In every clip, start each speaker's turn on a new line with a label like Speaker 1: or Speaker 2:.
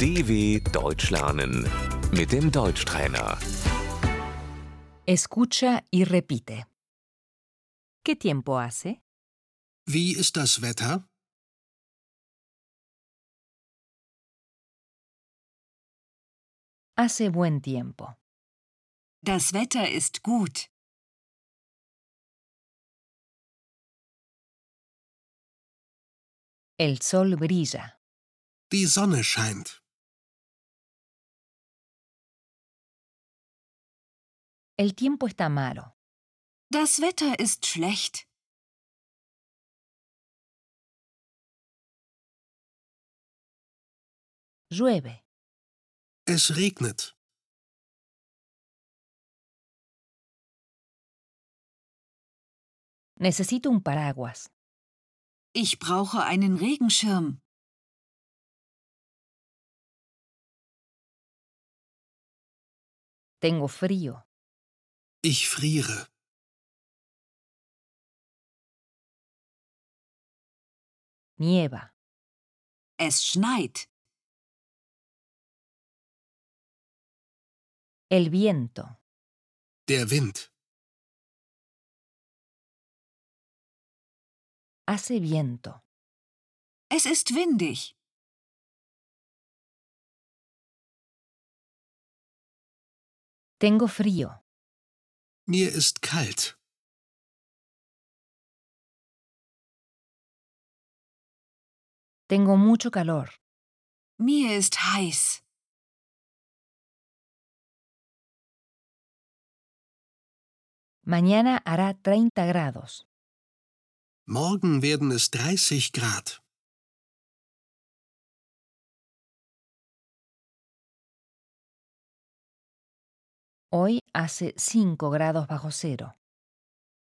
Speaker 1: DW Deutsch lernen mit dem Deutschtrainer.
Speaker 2: Escucha y repite. ¿Qué tiempo hace?
Speaker 3: Wie ist das Wetter?
Speaker 2: Hace buen tiempo.
Speaker 4: Das Wetter ist gut.
Speaker 2: El sol brilla.
Speaker 3: Die Sonne scheint.
Speaker 2: El tiempo está malo.
Speaker 4: Das Wetter ist schlecht.
Speaker 2: Llueve.
Speaker 3: Es regnet.
Speaker 2: Necesito un paraguas.
Speaker 4: Ich brauche einen Regenschirm.
Speaker 2: Tengo frío.
Speaker 3: Ich friere.
Speaker 2: Nieva.
Speaker 4: Es schneit.
Speaker 2: El viento.
Speaker 3: Der Wind.
Speaker 2: Hace viento.
Speaker 4: Es ist windig.
Speaker 2: Tengo frío.
Speaker 3: Mir ist kalt.
Speaker 2: Tengo mucho calor.
Speaker 4: Mir ist heiß.
Speaker 2: Mañana hará 30 grados.
Speaker 3: Morgen werden es 30 Grad.
Speaker 2: Hoy hace 5 grados bajo cero.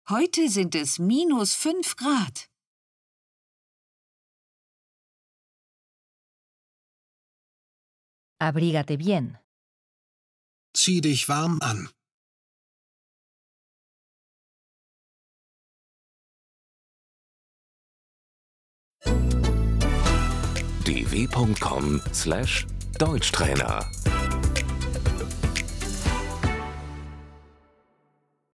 Speaker 4: Heute sind es minus 5 Grad.
Speaker 2: Abrígate bien.
Speaker 3: Zieh dich warm an.
Speaker 1: dw.com/deutschtrainer